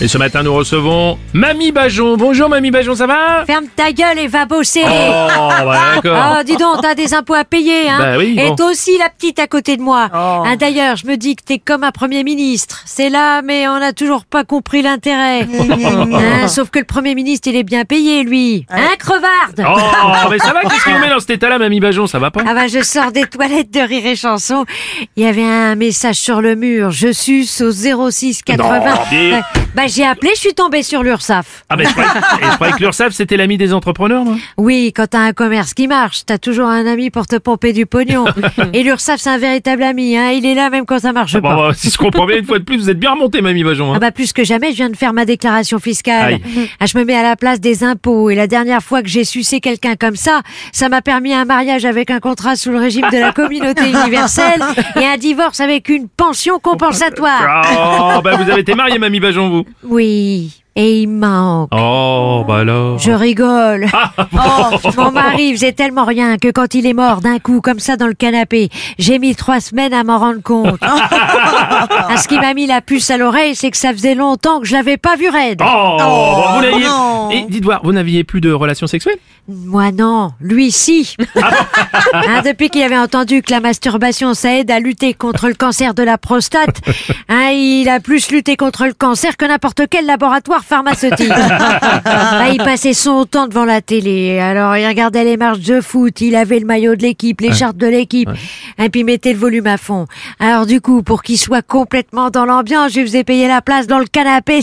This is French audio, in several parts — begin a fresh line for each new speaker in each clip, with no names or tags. Et ce matin, nous recevons Mamie Bajon. Bonjour Mamie Bajon, ça va
Ferme ta gueule et va bosser.
Oh, bah d'accord.
Ah, dis donc, t'as des impôts à payer, hein.
Bah oui,
et
bon. Oh.
toi aussi, la petite à côté de moi. Hein, D'ailleurs, je me dis que t'es comme un premier ministre. C'est là, mais on n'a toujours pas compris l'intérêt. Hein, sauf que le premier ministre, il est bien payé, lui. Hein, crevarde
Oh, mais ça va Qu'est-ce qui vous met dans cet état-là, Mamie Bajon Ça va pas
Ah bah, je sors des toilettes de rire et chanson. Il y avait un message sur le mur. Je suce au 06 80.
Non, dis-
Ouais. Bah, j'ai appelé, je suis tombée sur l'URSAF.
Ah, mais je croyais, et je croyais que l'URSSAF, c'était l'ami des entrepreneurs, moi.
Oui, quand t'as un commerce qui marche, t'as toujours un ami pour te pomper du pognon. Et l'URSSAF, c'est un véritable ami, hein. Il est là même quand ça marche
Bon,
pas.
bah, si je comprends bien, une fois de plus, vous êtes bien remonté, Mamie Bajon. hein.
Ah bah plus que jamais, je viens de faire ma déclaration fiscale. Ah, je me mets à la place des impôts. Et la dernière fois que j'ai sucé quelqu'un comme ça, ça m'a permis un mariage avec un contrat sous le régime de la communauté universelle et un divorce avec une pension compensatoire.
Oh, bah vous avez été marié, Mamie Bajon, vous.
Oui, et il manque.
Oh, bah alors.
Je rigole. Oh, mon mari faisait tellement rien que quand il est mort d'un coup, comme ça dans le canapé, j'ai mis trois semaines à m'en rendre compte. Ah, ce qui m'a mis la puce à l'oreille, c'est que ça faisait longtemps que je l'avais pas vu raide.
Oh, bon, vous l'aviez.
non.
Et dites voir, vous n'aviez plus de relations sexuelles
Moi non, lui si. Hein, depuis qu'il avait entendu que la masturbation ça aide à lutter contre le cancer de la prostate, hein, il a plus lutté contre le cancer que n'importe quel laboratoire pharmaceutique. Bah, il passait son temps devant la télé. Alors il regardait les marches de foot, il avait le maillot de l'équipe, les chartes de l'équipe, et puis il mettait le volume à fond. Alors du coup, pour qu'il soit complètement dans l'ambiance, je lui faisais payer la place dans le canapé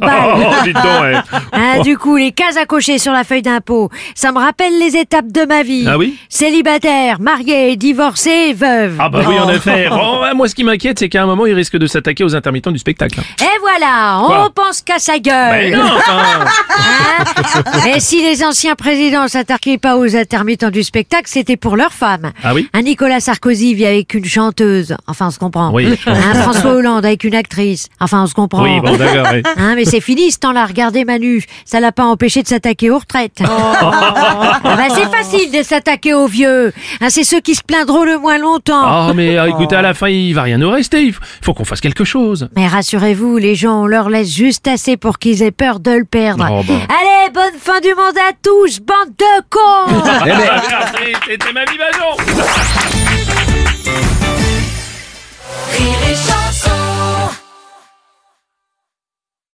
balles.
Oh, dites donc, ouais.
Ah, du coup, les cases à cocher sur la feuille d'impôt, ça me rappelle les étapes de ma vie.
Ah oui
Célibataire, marié, divorcé, veuve.
Ah, bah oui, en effet. Bon, bah, moi, ce qui m'inquiète, c'est qu'à un moment, il risque de s'attaquer aux intermittents du spectacle.
Et voilà, on
Quoi Bah,
pense qu'à sa
Mais
gueule.
non, enfin.
hein. Et si les anciens présidents s'attaquaient pas aux intermittents du spectacle, c'était pour leurs femmes.
Ah oui
Un Nicolas Sarkozy vit avec une chanteuse. Enfin, on se comprend.
Oui, je comprends.
Un François Hollande avec une actrice. Enfin, on se comprend.
Oui, bon, d'accord, oui.
Hein, mais c'est fini ce temps-là, regardez Manu, ça l'a pas empêché de s'attaquer aux
Oh.
retraites. Ah bah, c'est facile de s'attaquer aux vieux, Hein, c'est ceux qui se plaindront le moins longtemps.
Ah mais euh, écoutez, à la fin, il va rien nous rester. Il f- faut qu'on fasse quelque chose.
Mais rassurez-vous, les gens, on leur laisse juste assez pour qu'ils aient peur de le perdre.
Oh, bah.
Allez, bonne fin du monde à tous, bande de cons
Merci, c'était ma vie, Bajon
Rire et chanson.